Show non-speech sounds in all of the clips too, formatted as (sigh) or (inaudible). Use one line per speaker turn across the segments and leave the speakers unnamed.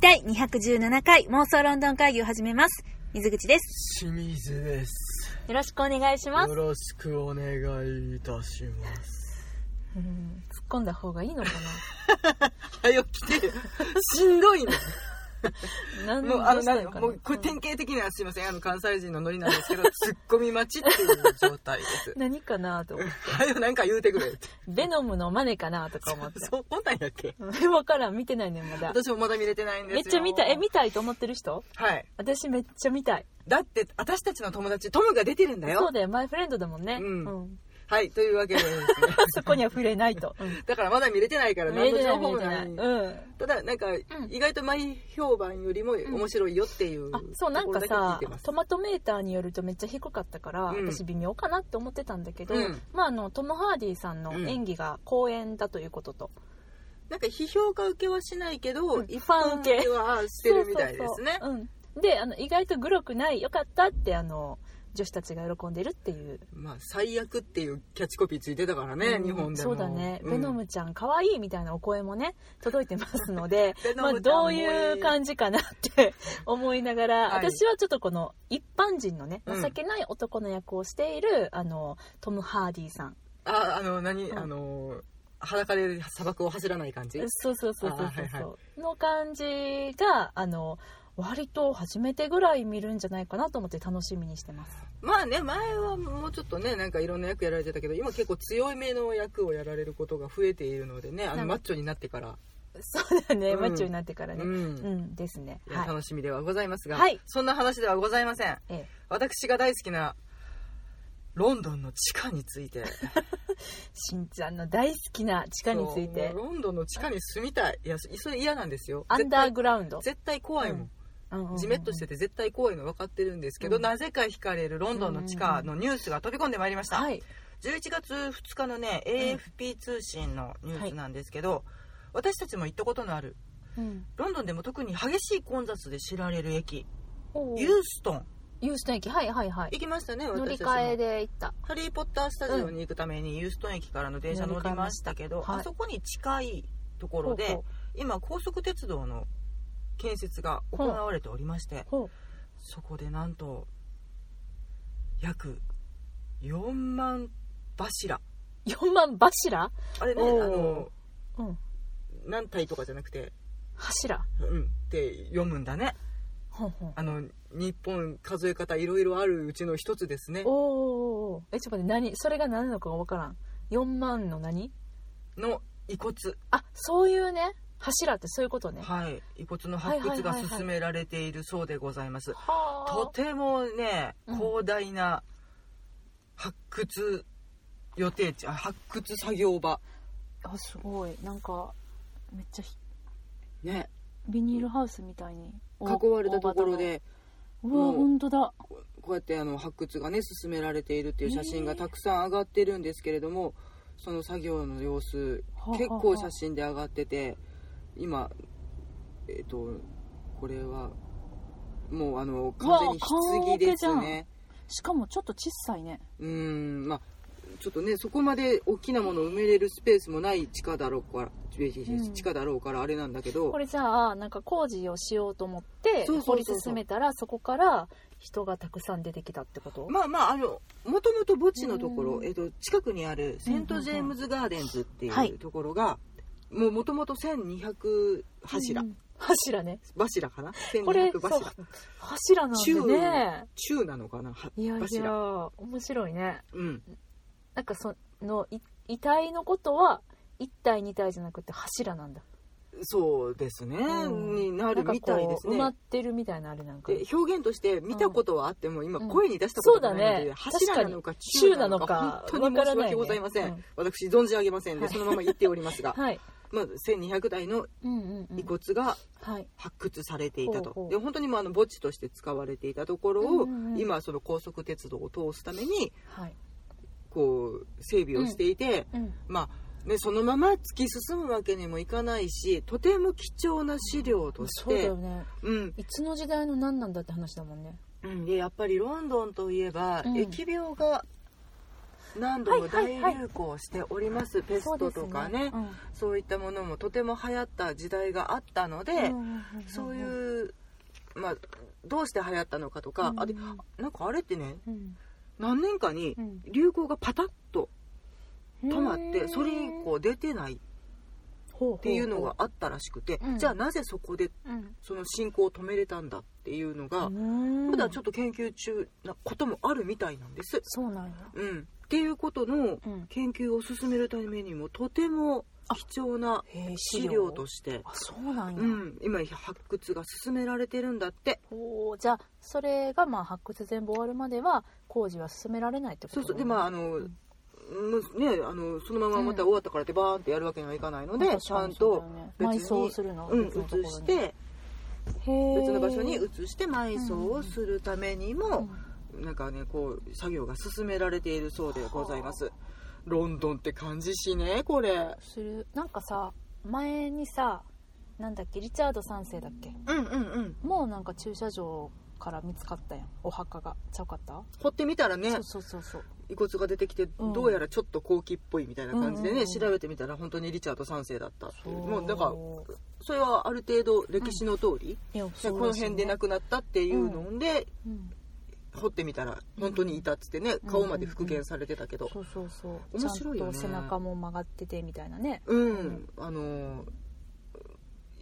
第217回妄想ロンドン会議を始めます。水口です。
清水です。
よろしくお願いします。
よろしくお願いいたします。
うん、突っ込んだ方がいいのか
はよ来て。しんどい (laughs) ね。 (laughs)
ななん
もうあの
どうした
な
らい
ん
い
か
かな
もうこれ典型的なすいませんあの関西人のノリなんです (laughs) けどツッコミ待ちっていう状態 (laughs) です。
何かなと思って。
はよなんか言うてくれって。
ベノムのマネかなとか思って。
(laughs) そう本なんやっけ。
(laughs) うんわからん、見てないねんまだ。
私もまだ見れてないんですよ。
めっちゃ見たい。え、見たいと思ってる人
はい。
私めっちゃ見たい。
だって私たちの友達トムが出てるんだ
そ
よ
う。だよ、マイフレンドだもんね。
うん
ん
はいというわけでですね。 (laughs)
そこには触れないと。うん
だからまだ見れてないから
見れ
何の情報も
てない、見れてな。
ないい。
うん。
ただなんか意外と前評判よりも面白いよっていう、
あそうなんか
ところだ
さ
け聞いてます
トマトメーターによるとめっちゃ低かったから、
うん
私微妙かなって思ってたんだけど、
うん
まあ、あのトム・ハーディさんの
うん
演技が公演だということと、
なんか批評家受けはしないけど、
うん
一
ファン
般
受け
受けはしてるみたいですね
そうそうそううん、であの意外とグロくないよかったってあの女子たちが喜んでるっていう、
まあ最悪っていうキャッチコピーついてたからね、
うん
日本でも
そうだね、
うん
ベノムちゃんかわいいみたいなお声もね届いてますので
(laughs) ベ
ま
ノ
あ
ムちゃん
ど
も
う
いい
いう感じかなって思いながら、
はい
私はちょっとこの一般人のね
うん
情けない男の役をしている、あのトム・ハーディさん
ああの何、
うん
あの裸で砂漠を走らない感じ、
そうそうそうそうそう、
あはいは
の感じがあの割と初めてぐらい見るんじゃないかなと思って楽しみにし
(laughs)
てます
まあね前はもうちょっとねなんかいろんな役やられてたけど今結構強い目の役をやられることが増えているのでねあの
なんか
マッチョになってから、
そうだね、
うん
マッチョになってから
う
ね
ん
うん、ですね
いや
はい、
楽しみではございますが、
はい
そんな話ではございません
ええ、
私が大好きなロンドンの地下について
しんちゃんの大好きな地下について
そうもうロンドンの地下に住みたいいやそそれ嫌なんですよ
アンダー
絶
グラウンド
対絶対怖いもん、
うんうんうん
じめっとしてて絶対怖いの分かってるんですけど、
うん
なぜか惹かれるロンドンの地下のニュースが飛び込んでまいりました、
はい
11月2日のね AFP 通信のニュースなんですけど、私たちも行ったことのある
うん
ロンドンでも特に激しい混雑で知られる駅
おー
ユーストン
ユーストン駅はいはいはい
行きましたね
乗り
私たちも
換えで行った
ハリー・ポッタースタジオに行くためにユーストン駅からの電車乗りましたけど、
乗り換えましたはい
あそこに近いところで
ほう
今高速鉄道の建設が行われておりまして
ほうほう
そこでなんと約4万柱
4万柱
あれねあ
おー
の
うん
何体とかじゃなくて
柱
うんって読むんだね
ほうほう
あの日本数え方いろいろあるうちの一つですね
おーおーおーえちょっと待って何それが何なのかが分からん4万の何
の遺骨
あそういうね柱ってそういうことね
はい遺骨の発掘が進められているそうでございます
は
とてもね
うん
広大な発掘予定地あ発掘作業場
あすごいなんかめっちゃひ
ね
ビニールハウスみたいにお
囲われたところで
大型のう
も
わ
う
本当だ
こうやってあの発掘がね進められているっていう写真がたくさん上がってるんですけれども、その作業の様子
はあ
結構写真で上がってて今えっ、とこれはもうあの完全に棺です
うわ棺桶じ
ね
しかもちょっと小さいね
うんまあちょっとねそこまで大きなものを埋めれるスペースもない地下だろうから、
ん
地下だろうからあれなんだけど
これじゃあなんか工事をしようと思って
そうそうそう
掘
そう
り進めたらそこから人がたくさん出てきたってこと、
まあまああのもともと墓地のところ、
うん
えっと、近くにあるセント・ジェームズ・ガーデンズって
はいいう
ところが、もうもともと1200柱、
うん柱ね
柱かな
これ
1200
そう
柱
柱なんでね
中なのかなはい
やいや
柱
面白いね
うん
なんかそのい遺体のことは1体2体じゃなくて柱なんだ、
そうですね、
うん
になるみたいです
なんかこう埋ま
ね
ってるみたいなあれなんか
で表現として見たことはあっても今
うん
声に出したことがないので、
うんそうだね
柱なのか
中
中
な
な
の
の
か
か
わ
本当
か
に
ら
申し
ない、ね、
訳ございません、
うん
私存じ上げませんで、
はい
そのまま言っておりますが、
(laughs) はい、
まあ、1200台の
うんうんうん、
遺骨が
はい
発掘されていたと、
ほうほう
で本当にもうあの墓地として使われていたところを、
うんうんうん
今その高速鉄道を通すために
はい、
こう整備をしていて、
うん、
まあね、そのまま突き進むわけにもいかないしとても貴重な資料とし
そうだ
て
よ、ね
うん
いつの時代の何なんだって話だもんね
うんでやっぱりロンドンといえば、
うん
疫病が何度も大流行しております、ペストとかねそう
そうで
いったものもとても流行った時代があったので、
すねうんうんんんん
そういう、まあ、どうして流行ったのかとか、あで
うん
なんかあれってね
うん
何年かに
うん
流行がパタッと
うん
止まってそれ以降出てないっ
ほうほうほう
ていうのがあったらしくて、
うん
じゃあなぜそこで
うん
その進行を止めれたんだっていうのが、
うん
まだちょっと研究中なこともあるみたいなんです。
そうなんや
うん、っていうことの
うん
研究を進めるためにもとても貴重な
へえ
資料として、
あそうなんや、
うん、今発掘が進められてるんだって
おーじゃあそれがまあ発掘全部終わるまでは工事は進められないってこと
そうそうでまああの、
ん
もうねあのそのまままた終わったからってバーンってやるわけにはいかないので、
確かに
ちゃん
そう
と
だよね
別に
埋葬するの、
うん移
別のところに
して
へー
別の場所に移して埋葬をするために
う
も
ん、
なんかねこう作業が進められているそうでございますロンドンって感じしねこれ
するなんかさ前にさなんだっけリチャード3世だっけ
うんうんうん
もうなんか駐車場から見つかったやんお墓がちゃうかった、
掘ってみたらね
そうそうそうそう
遺骨が出てきて
うん
どうやらちょっと後期っぽいみたいな感じで
うんうんう
ね
ん
調べてみたら本当にリチャード3世だったっていうもうだ
だ
からそれはある程度歴史の通りこの辺で亡
く、
くなったっていうので
うん、
掘ってみたら本当にいたっつってね
うん
顔まで復元されてたけど
そうそうそう
面白いよね
ちゃんと背中も曲がっててみたいなね
うんあのー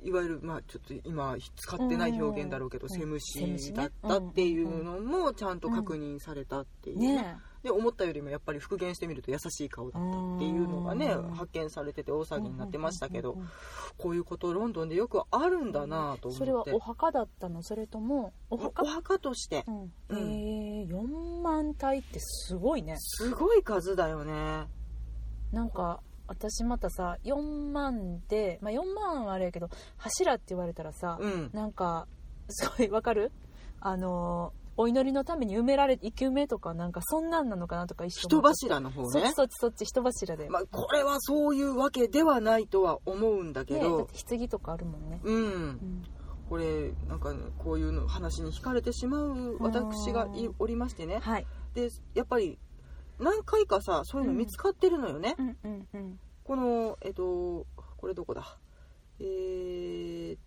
いわゆるまあちょっと今使ってない表現だろうけど
うん
セム
セム
シ
シね
だったっていうのもちゃんと確認されたっていうね
ね
で思ったよりもやっぱり復元してみると優しい顔だったっていうのがね
うん
発見されてて大騒ぎになってましたけ
うん
ど
うんうん
こういうことロンドンでよくあるんだなぁと思って
うんそれはお墓だったのそれともお墓
お墓として
うん
うん
えー、4万体ってすごいね
すごい数だよね
なんか私またさ4万で、まあ、4万はあれやけど柱って言われたらさ、
うん
なんかすごいわかるあのーお祈りのために埋められ生き埋めとかなんかそんなんなのかなとか一緒
人柱の方
そっ
ね
ちそっちそっち人柱で、
まあ、これはそういうわけではないとは思うんだけ
ねだっ
ど、
て棺とかあるもんね、
うん
う、ん
これなんかこういうの話に惹かれてしまう私がい
うん
おりましてね
はい
でやっぱり何回かさそういうの見つかってるのよね、
うんうんうん
このえっとこれどこだえー、っ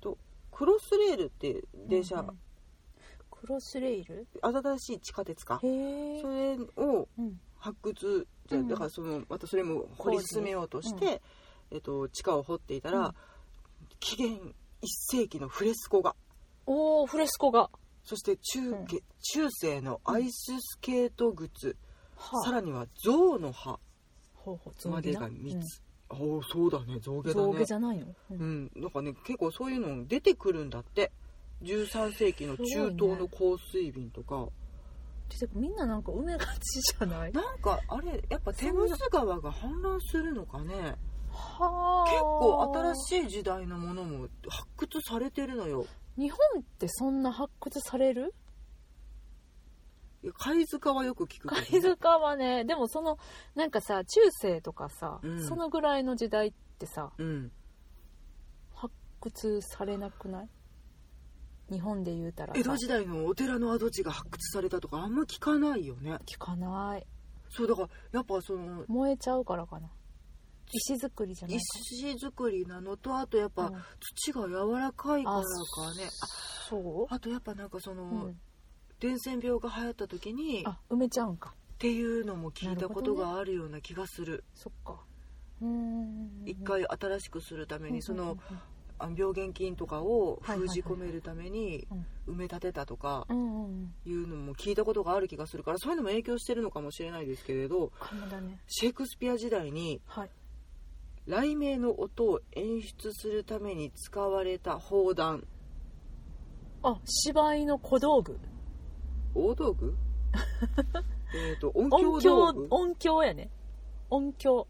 とクロスレールって電車、
うんうんクロスレイル
新しい地下鉄か
へえ
それを
うん
発掘じゃあ
うん
だからそのまたそれも掘り進めようとして、えっと、地下を掘っていたら、
うん
紀元1世紀のフレスコ画
おおフレスコが、
そして中,、
うん
中世のアイススケート靴、
は
さらには象の歯
ほうほう
までが
う
3
ん
つ、あおそうだね象牙だ
象
ね
牙じゃないの、うん
うんなんかね結構そういうの出てくるんだって13世紀の中東の香水瓶とか、
でもみんななんか埋めがちじ
(laughs)
ゃない
なんかあれやっぱテムズ川が氾濫するのかね
は
結構
し
新しい時代のものも発掘されてるのよ
い日本ってそんな発掘される
いや貝塚はよく聞くけどね、
貝塚はねでもそのなんかさ中世とかさ、
うん
そのぐらいの時代ってさ
うん
発掘されなくない日本で言うたらさ
江戸時代のお寺の跡地が発掘されたとかあんま聞かないよね
聞かない
そうだからやっぱその
燃えちゃうからかな石造りじゃないか
石造りなのとあとやっぱ
うん
土が柔らかいからかね
そ
ああとやっぱなんかその、
う、うん、
伝染病が流行った時にっ
あ埋めちゃうんか
ていうのも聞いたこと
なるほど
があるような気がする
そっかうーん
一回新しくするためにそ
うんう
の
んうん
あの病原菌とかを
はいは
封
いはい
じ込めるために
うん
埋め立てたとか
うんうんうん
いうのも聞いたことがある気がするからそういうのも影響してるのかもしれないですけれど
かもだね
シェイクスピア時代に
はい
雷鳴の音を演出するために使われた砲弾
あ芝居の小道具
大道
(laughs)
具えーと音響
音
道
響
具
音響やね音響、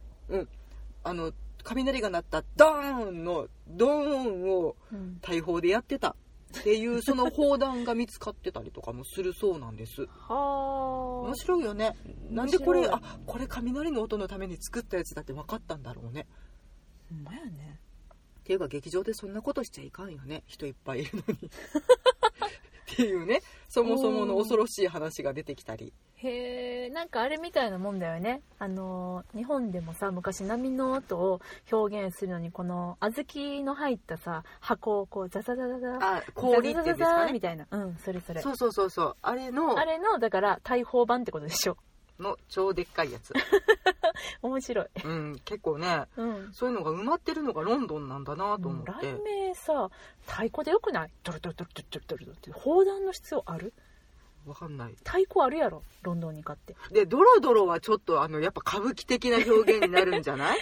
あの雷が鳴ったドーンのドーンを
うん、
大砲でやってたっていうその砲弾が見つかってたりとかもするそうなんです
は
面白いよねなんでこれ
面白い
あこれ雷の音のために作ったやつだって分かったんだろうね
ほんまやね
っていうか劇場でそんなことしちゃいかんよね人いっぱいいるのにっっていうねそもそもの恐ろしい話が出てきたり
へえなんかあれみたいなもんだよねあの日本でもさ昔波の音を表現するのにこの小豆の入ったさ箱をこうザザザザザ
あ氷っていうんです
ザザザ
か
ザ
ね
みたいなうんそれそれ
そうそうそうそうあれの
あれのだから大砲版ってことでしょ
の超でっかいやつ
面白い
うん結構ね
うん
そういうのが埋まってるのがロンドンなんだなと思って、
雷鳴さ太鼓でよくないドルドルドルドルドルドルドルって砲弾の必要ある
わかんない
太鼓あるやろロンドンに勝って
でドロドロはちょっとあのやっぱ歌舞伎的な表現になるんじゃ
(laughs)
ない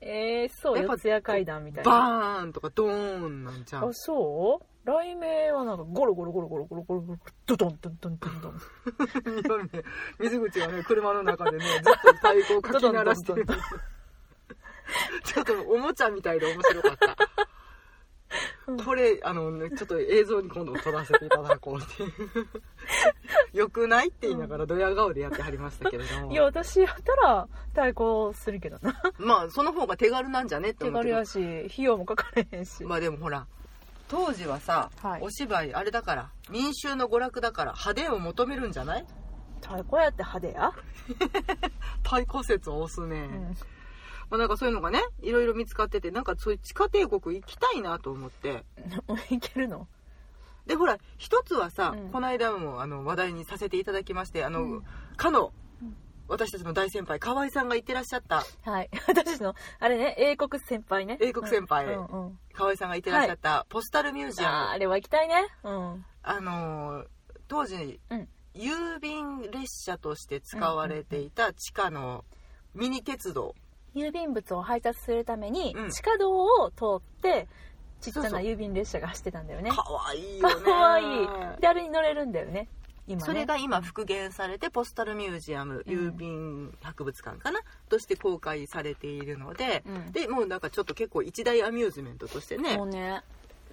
えー、そう
やっぱ
四谷階段みたいな
バーンとかドーンなんじゃ
あ
ん
そう雷鳴はなんかゴロゴロゴロゴロゴロゴロゴロドドンドンドンドンドン
今ね (laughs) 水口がね車の中でねずっと太鼓をかき鳴らしてる
ド
ちょっとおもちゃみたいで面白かった
うん
これあのねちょっと映像に今度撮らせていただこうって
(laughs)
いうよくないって言いながらドヤ顔でやってはりましたけれども
いや私やったら太鼓するけどな
まあその方が手軽なんじゃねって
手
思って
軽やし費用もかからへんし、
まあでもほら当時はさ、
はい
お芝居あれだから民衆の娯楽だから派手を求めるんじゃない
太鼓やって派手や、
対抗説を押すね、
うん
まあ、なんかそういうのがねいろいろ見つかっててなんかそういう地下帝国行きたいなと思って
いけるの
でほら一つはさ、
うん
この間もあの話題にさせていただきましてあの、
うん
かの
うん
私たちの大先輩河合さんが行ってらっしゃった
はい (laughs) 私のあれね英国先輩ね
英国先輩
うんうんうん
河合さんが行ってらっしゃったポスタルミュージアム、
あーあれは行きたいねうん
あのー当時、
うん
郵便列車として使われていた地下のミニ鉄道、
郵便物を配達するために
うん
地下道を通ってちっち
そ
ゃ
うそ
な
う
郵便列車が走ってたんだよね
かわいい
(laughs) か
よね
わいいであれに乗れるんだよね今ね
それが今復元されてポスタルミュージアム
うん
郵便博物館かな、として公開されているので、
うん
でもうなんかちょっと結構一大アミューズメントとしてね
もうね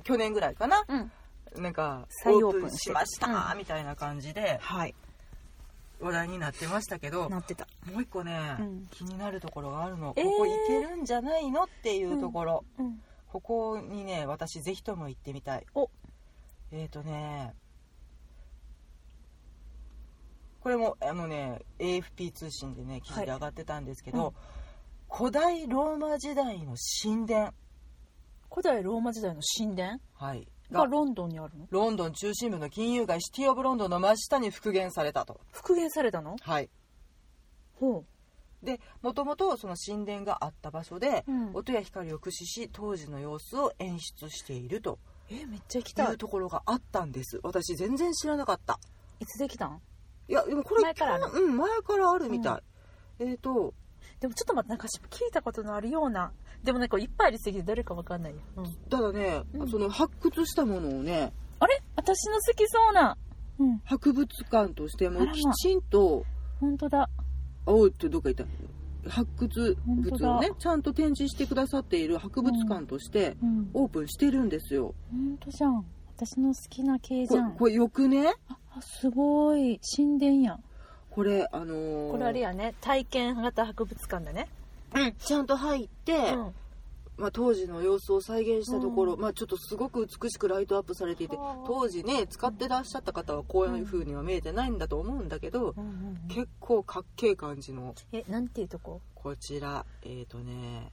去年ぐらいかな
うん
なんか
再
オ
オープン
ープンしました
して
みたいな感じで
はい
話題になってましたけど、
なってた
もう一個ね、
うん
気になるところがあるの、
えー
ここ行けるんじゃないのっていうところ、
うん
ここにね私ぜひとも行ってみたい
お
えっ、ー、とねこれもあのね AFP 通信でね記事で上がってたんですけど、
はいうん
古代ローマ時代の神殿、
古代ローマ時代の神殿
はい、
が
が
ロンドンにあるの
ロンドン中心部の金融街シティ・オブ・ロンドンの真下に復元されたと、
復元されたの
はい、
ほ
でもともとその神殿があった場所で、
うん
音や光を駆使し当時の様子を演出していると
うえめっちゃ行き
い
たいう
ところがあったんです私全然知らなかった
いつできたん
いやでもこれ
前からある
去年うん前からあるみたい、えっ、と
でもちょっと待ってなんか聞いたことのあるようなでもなんかいっぱいありすぎて誰かわかんないよ、うん、
ただね、
うん
その発掘したものをね
あれ私の好きそうなうん
博物館として
あ
も
らま
きちんと
本当だ
あおいってどっかいた発掘物を
本当
ね
だ
ちゃんと展示してくださっている博物館として
うん
オープンしてるんですよ、
本当じゃん私の好きな系
こ
じ
れ
ゃん
これよくね
ああすごい神殿やん
これあのー
これあれやね体験型博物館だね
うんちゃんと入って、
うん
まあ、当時の様子を再現したところ、
うん
まあ、ちょっとすごく美しくライトアップされていて
はあ
当時ね使ってらっしゃった方はこういう風には見えてないんだと思うんだけど、
うんうんうん
結構かっけえ感じの
えなんていうとこ
こちらえー、とね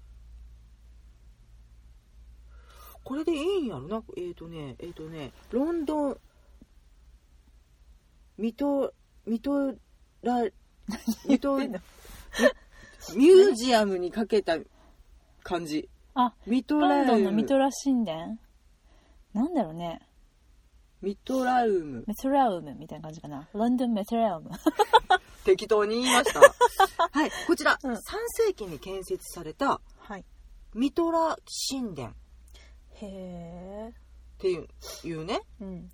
これでいいんやろなえー、とねえー、とねロンドンミトミトラミトミ
んの
ミュージアムにかけた感じ
あ
ミト
ロ
ラ
ン
ウ
ドンの
ム
ミトラ神殿なんだろうね
ミトラウム
メトラウムみたいな感じかなロンドンメトラウム
適当に言いま
(laughs)
したはいこちら、
うん
3世紀に建設された
はい
ミトラ神殿っ
へえ
ていういうね
うん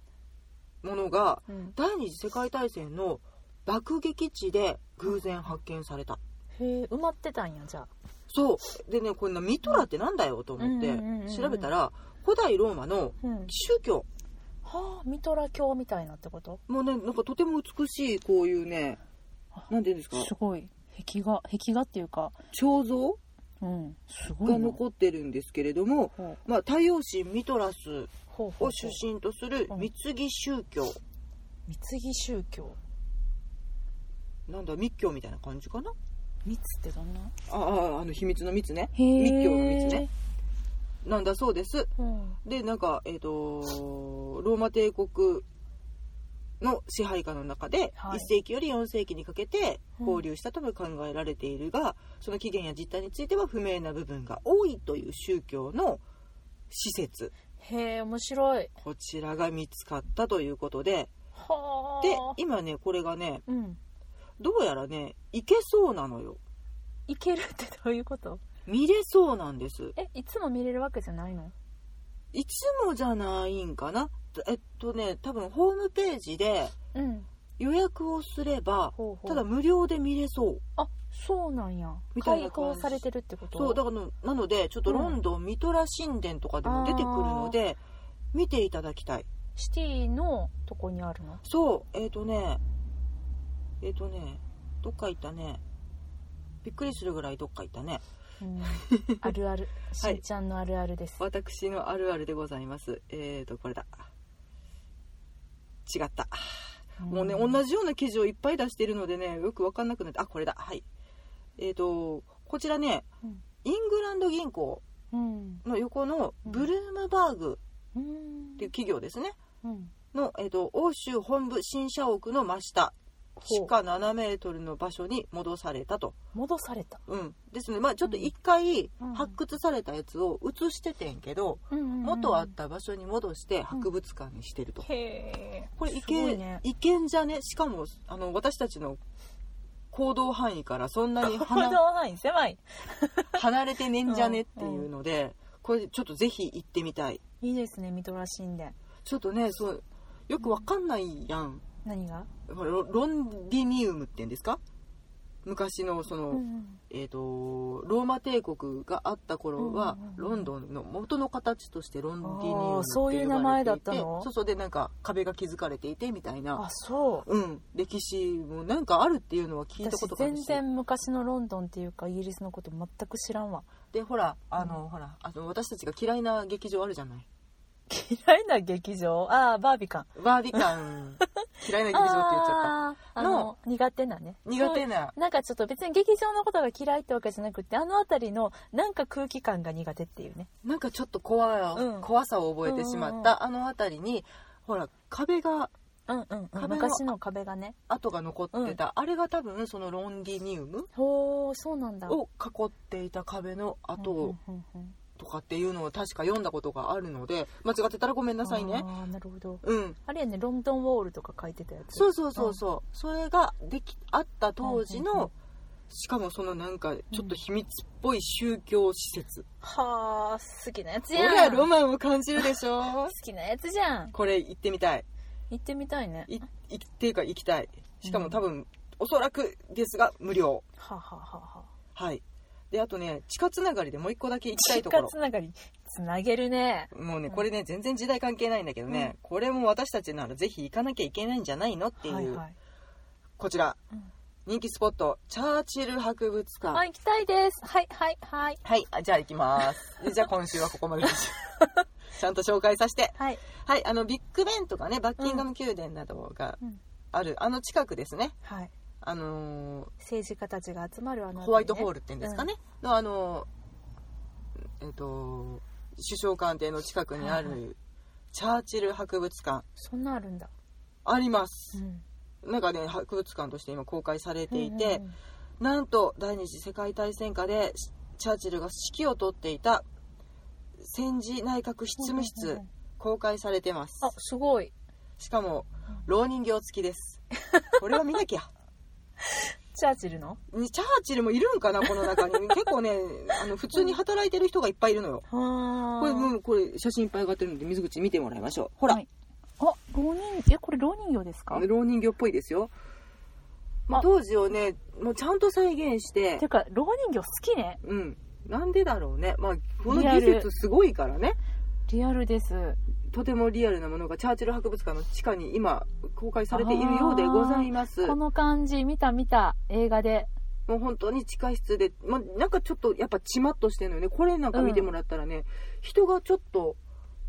ものが
うん
第二次世界大戦の爆撃地で偶然発見された、
へえ埋まってたんやじゃあ
そうでねこんなミトラってなんだよと思っ
うんうんうんうん
て調べたら古代ローマの
うん
宗教
はあミトラ教みたいなってこと
もうねなんかとても美しいこういうねなんていうんですか
すごい壁画壁画っていうか
彫像
うんすご
が
いな
残ってるんですけれども、
ほう
まあ、太陽神ミトラス
ほうほうほ
を
う
主神とする
うん
三木宗教
貢ぎ宗教
なんだ密教みたいな感じかな
密ってどんな
あああの秘密の密ね
へー
密教の密ねなんだそうです
うん
でなんかえっ、とローマ帝国の支配下の中で、
は
1
い
世紀より4世紀にかけて
うん
交流したとも考えられているが、その起源や実態については不明な部分が多いという宗教の施設
へえ面白い
こちらが見つかったということで
は
で今ねこれがね
あうん
どうやらね行けそうなのよ
いけるってどういうこと
見れそうなんです
えいつも見れるわけじゃないの
いつもじゃないんかなえっとね多分ホームページで
うん
予約をすれば
ほうほう
ただ無料で見れそう
あそうなんや
みたい
開
な感じ
放されてるってこと
そうだからのなのでちょっとロンドン、ミトラ神殿とかでも出てくるので見ていただきたい
シティのとこにあるの
そうえっ、とねえっ、とねどっか行ったねびっくりするぐらいどっか行ったね
うん
(laughs)
あるあるしんちゃんのあるあるです、
私のあるあるでございますえっ、とこれだ違った
ん
もうね、同じような記事をいっぱい出してるのでね、よくわかんなくなって、あ、これだ。はい。えっ、と、こちらね、
うん
イングランド銀行
うん
の横のブルームバーグ
うん
っていう企業ですね。
うん
の、えっ、と、欧州本部新社屋の真下、
ほ
地
う
下7メートルの場所に戻されたと。
戻された
うん。ですので、まあちょっと一回
うん
発掘されたやつを移しててんけど、元あった場所に戻して博物館にしてると。
へえ
これい
すご
け
いね
いけんじゃねしかもあの私たちの行動範囲からそんな
(laughs)
に離
範囲狭い
離れてねんじゃねっていうので、これちょっとぜひ行ってみたい
いいですねミトラ神殿
ちょっとねそうよくわかんないやん
何が
ロロンディニウムって言うんですか昔のその、
うん
えー、とローマ帝国があった頃は、
うんうんうん
ロンドンの元の形としてロンディニウ
あ
ム
ー
って
そういう名
呼ばれ
前だ
て
っ
い
た
て
の
そうそうでなんか壁が築かれていてみたいな
あそう
うん、歴史もなんかあるっていうのは聞いた
私
ことがあ
全
るし
然昔のロンドンっていうかイギリスのこと全く知らんわ
でほらあの、ほらあの私たちが嫌いな劇場あるじゃない
嫌いな劇場ああバービカン
バービカ
(laughs)
ン嫌いな劇場って言っちゃっ
あーあ
の
の苦手なね
た苦手な
なんかちょっと別に劇場のことが嫌いってわけじゃなくてあの辺りのなんか空気感が苦手っていうね
なんかちょっと怖い、
うん
怖さを覚えてしまった、あの辺りにほら壁が
うんうん、
壁
うん、
の
昔の壁がね
跡が残ってた、あれが多分そのロンディニウム
ほうそうなんだ
を囲っていた壁の跡
うんうんうんうん
とかっていうのを確か読んだことがあるので間違ってたらごめんなさいね
ああなるほど
うん
あれやねロンドンウォールとか書いてたやつ
そうそうそうそう、それができあった当時の、
うんうんうん
しかもそのなんかちょっと秘密っぽい宗教施設、
はあ好きなやつ
俺
やん
はロマンを感じるでしょ
好きなやつじゃん
これ行ってみたい
行ってみたいね
いいっていうか行きたいしか
う
も
ん
多分、おそらくですが無料
はあ、はあはあはあ、
はいであとね地下つながりでもう一個だけ行きたいとこ
実家
ろ
つながりつなげるね
もうねこれね全然時代関係ないんだけどね、これも私たちならぜひ行かなきゃいけないんじゃないのっていう、
はいはい
こちら、
うん
人気スポットチャーチル博物館
あ行きたいですはいはいはい
はい、あじゃあ行きます。
(laughs)
でじゃあ今週はここまでです。ちゃんと紹介させて。
はい
はい、あの、ビッグベンとかね、バッキンガム宮殿などが
うん
ある、あの近くですね。
はい
あのー
政治家たちが集まるあの辺りね、
ホワイトホールって言うんですかね。の、あのーえっ、と、首相官邸の近くにあ
はい
る、チャーチル博物館、
そんなあるんだ、
ありま
う
す。
ん、
なんかね、博物館として今公開されていて、
うんうんうん
なんと第二次世界大戦下でしチャーチルが指揮を執っていた戦時内閣執務
うんうん
室
うん
公開されてます
あすごい
しかも老人形付きですこれは見なきゃ
チャーチルの
にチャーチルもいるんかなこの中
(laughs)
に結構ねあの普通に働いてる人がいっぱいいるのよ
はあ
これ,、うん、これ写真いっぱい上がってるので水口見てもらいましょうほら、
はいあ老人えこれ老人形ですか
老人形っぽいですよ、まあ
あ
当時をねもうちゃんと再現して
ていうか老人形好きね
うんなんでだろうねまあこの
リア
技
ル
術すごいからね
リアルです
とてもリアルなものがチャーチル博物館の地下に今公開されているようでございます
この感じ見た見た映画で
もう本当に地下室で、ま、なんかちょっとやっぱちまっとしてるのよねこれなんか見てもらったらね、人がちょっと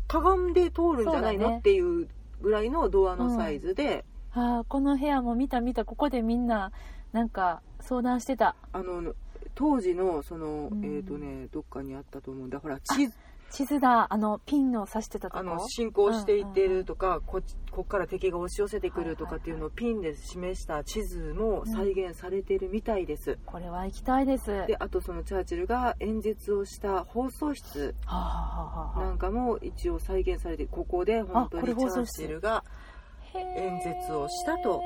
かがんで通るんじゃない
そうだ
の、
ね
っていうぐらいのドアのサイズで、
ああこの部屋も見た見たここでみんななんか相談してた
あの当時のその、
うん
えっ、とねどっかにあったと思うんだほら地図
地図だあのピンの刺してたと
あの
こ
進行していってるとか、こっちこっから敵が押し寄せてくるとかっていうのをピンで示した地図も再現されてるみたいです、
これは行きたいですは
であとそのチャーチルが演説をした放送室
あはあはあ
な
はあ
んかも一応再現されてここで本当
あこれ
にチ
放
ャ
送
ー
室
チルが
へえ
演説をしたと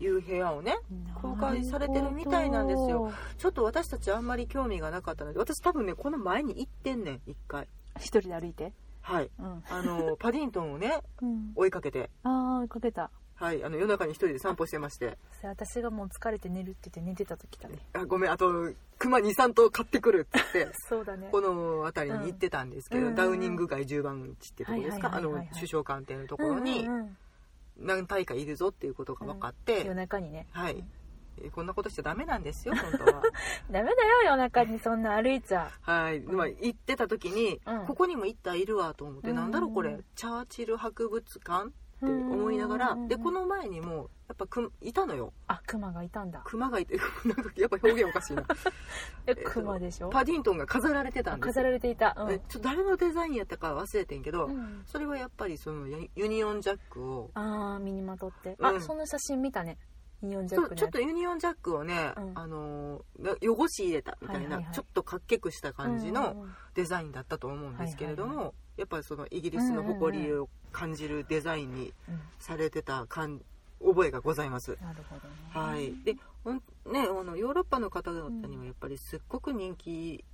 いう部屋をね公開されてるみたいなんですよ
なるほど
ちょっと私たちあんまり興味がなかったので私多分ねこの前に行ってんねん一回
一人で歩いて
はい
うん、
あのパディントンをね
うん、
追いかけて
ああ追いかけた
はいあの夜中に一人で散歩してまして
それ私がもう疲れて寝るって言って寝てた時だね
あごめんあと熊23頭買ってくるっつって
(laughs) そうだね
この辺りに行ってたんですけど、
うん
ダウニング街10番地ってとこですか、
はいはいはいはいはい
あの首相官邸のところに
うんうんうん
何大かいるぞっていうことが分かって、
夜中にね
はいえこんなことしちゃダメなんです
(laughs)
よ本当は
ダメだよ夜中にそんな歩いちゃ
はい、まあ、行ってた時に、
うん
ここにも一体いるわと思って、
うん
なんだろうこれチャーチル博物館って思いながらでこの前にもやっぱくいたのよ
あクマがいたんだ
熊がいて (laughs) なんかやっぱ表現おかし
(laughs)
いな
え
えっと
クマでしょ
パディントンが飾られてた
あ
んです
飾られていたう
え
ん
ちょっと誰のデザインやったか忘れてんけど、
うん
それはやっぱりそのユユニオンジャックを
ああ身にまとって
う
あ
ん
その写真見たねイオンジャ
そ
ッ
う
ク
ちょっと
っ
ユニオンジャックをね、
うん
あのーな汚し入れたみたいな、
はいはいはい
ちょっとかっけくした感じのデザインだったと思うんですけれども、
はいは
やっぱりそのイギリスの誇りを感じるデザインにされてた感覚えがございます。
なるほどね
はい、でほんね、あのヨーロッパの方々にはやっぱりすっごく人気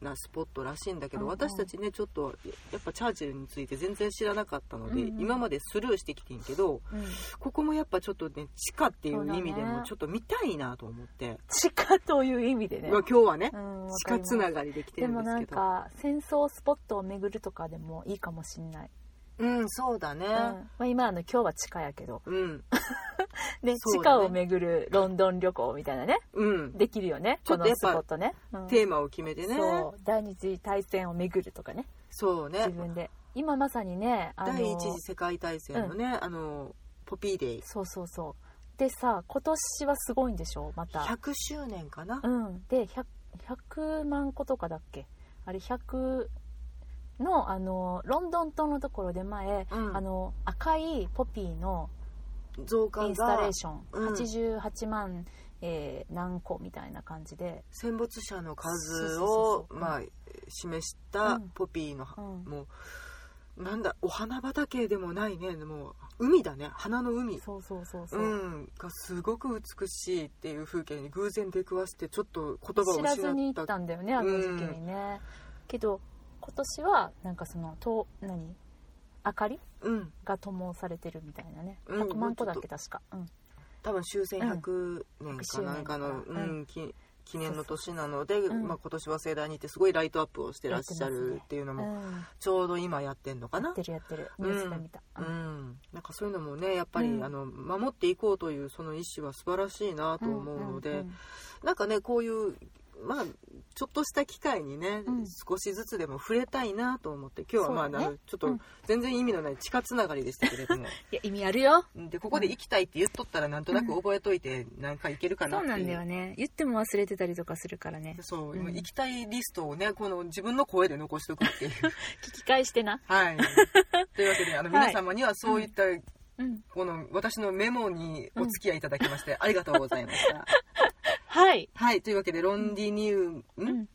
なスポットらしいんだけど、
うんうん
私たちねちょっとややっぱチャーチルについて全然知らなかったので、
うんうん
今までスルーしてきてんけど
うん
ここもやっぱちょっとね地下っていう意味で
そうだ
も
ね
ちょっと見たいなと思って、
地下という意味でね
まあ今日はね、
うんわ
地
か
下
ります
つながりできて
で
るん
も
です
な
け
ん
ど
か戦争スポットを巡るとかでもいいかもしんない、
うんそうだね、
うんまあ、今あの今日は地下やけど、
うん
ね
そ
地
うだね
下を巡るロンドン旅行みたいなね
うん
できるよね
ちょ
こ
っ
の
とやっ
スポ
ぱ
ットね,、うん
テーマを決めてね
そう第二次大戦を巡るとかね
そうね
自分で今まさにねあの
第一次世界大戦のね、あのポピーデイ
そうそうそうでさ今年はすごいんでしょまた
100周年かな、
うんで 100, 100万個とかだっけあれ100のあのロンドン島のところで前、
うん
あの赤いポピーの
増加
インスタレ
が
ーション、
うん
88万、えー何個みたいな感じで、
戦没者の数
そうそうそ
を
うそう
まあ示した
うん
ポピーの、
うん
もうなんだお花畑でもないねもう海だね花の海
そうそうそうそう、
うん、がすごく美しいっていう風景に偶然出くわしてちょっと言葉を
知
失
ら
った
ずに行ったんだよねあの時期にね、けど今年はなんかそのと何明かり
うん、
が灯されてるみたいなね
うん
100万個だっけ確か、うん、
多分終戦100年
100
か
周年
なんかの、
と
う
か
んき記念の年なので、
うん
まあ、今年は盛大にってすごいライトアップをしてらっしゃるっていうのも
うん
ちょうど今やってんのか
や
な
ってるやってるニュースで見た、
う
うん
ん、なんかそういうのもねやっぱり、
うん
あの守っていこうというその意思は素晴らしいなと思うので、
んんん
なんかねこういうまあちょっとした機会にね、
うん
少しずつでも触れたいなと思って今日はまあ、
そうだね
あのちょっ
う
と
ん
全然意味のない地下つながりでしたけれども
いや意味あるよ
でここで行きたいって言っとったらなんとなく覚えといて何回行けるかなっ
そう
ていう。
なんだよね言っても忘れてたりとかするからね
そう
うん
今行きたいリストをねこの自分の声で残しとくっていう
聞き返してな (laughs)
はいというわけであの
はい
皆様にはそういった
うん
この私のメモにお付き合いいただきましてありがとうございま
(laughs)
した。
はい
はい、というわけでロンディニウム、
うん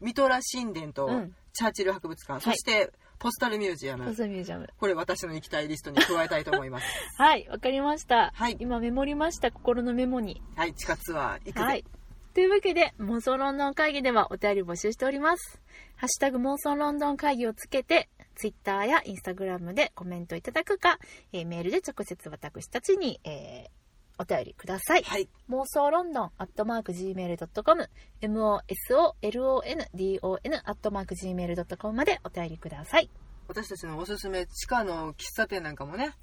ミトラ神殿と
うん
チャーチル博物館、そしてポスタルミュージアム、
ポズミュージアム
これ私の行きたいリストに加えたいと思
(laughs)
います。
はいわかりました、
はい
今メモりました心のメモに
はい、地下ツアー行くで、
はい。というわけで、妄想ロンドン会議ではお便り募集しております。ハッシュタグ妄想ロンドン会議をつけて、ツイッターやインスタグラムでコメントいただくか、えーメールで直接私たちに、えーお便りください。
はい、
妄想ロンドンアットマーク Gmail.com、MOSOLONDON アットマーク Gmail.com までお便りください。
私たちのおすすめ地下の喫茶店なんかも
(laughs)
ね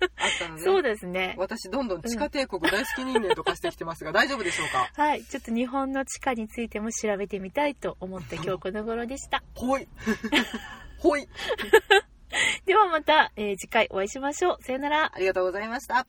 あったので
そうですね。
私どんどん地下帝国大好き人間とかしてきてますが、大丈夫でしょう
(laughs)
か
はい。ちょっと日本の地下についても調べて
(laughs)
みたいと思って今日この頃でした。
ほいほい
ではまた、えー次回お会いしましょう。さよなら。
ありがとうございました。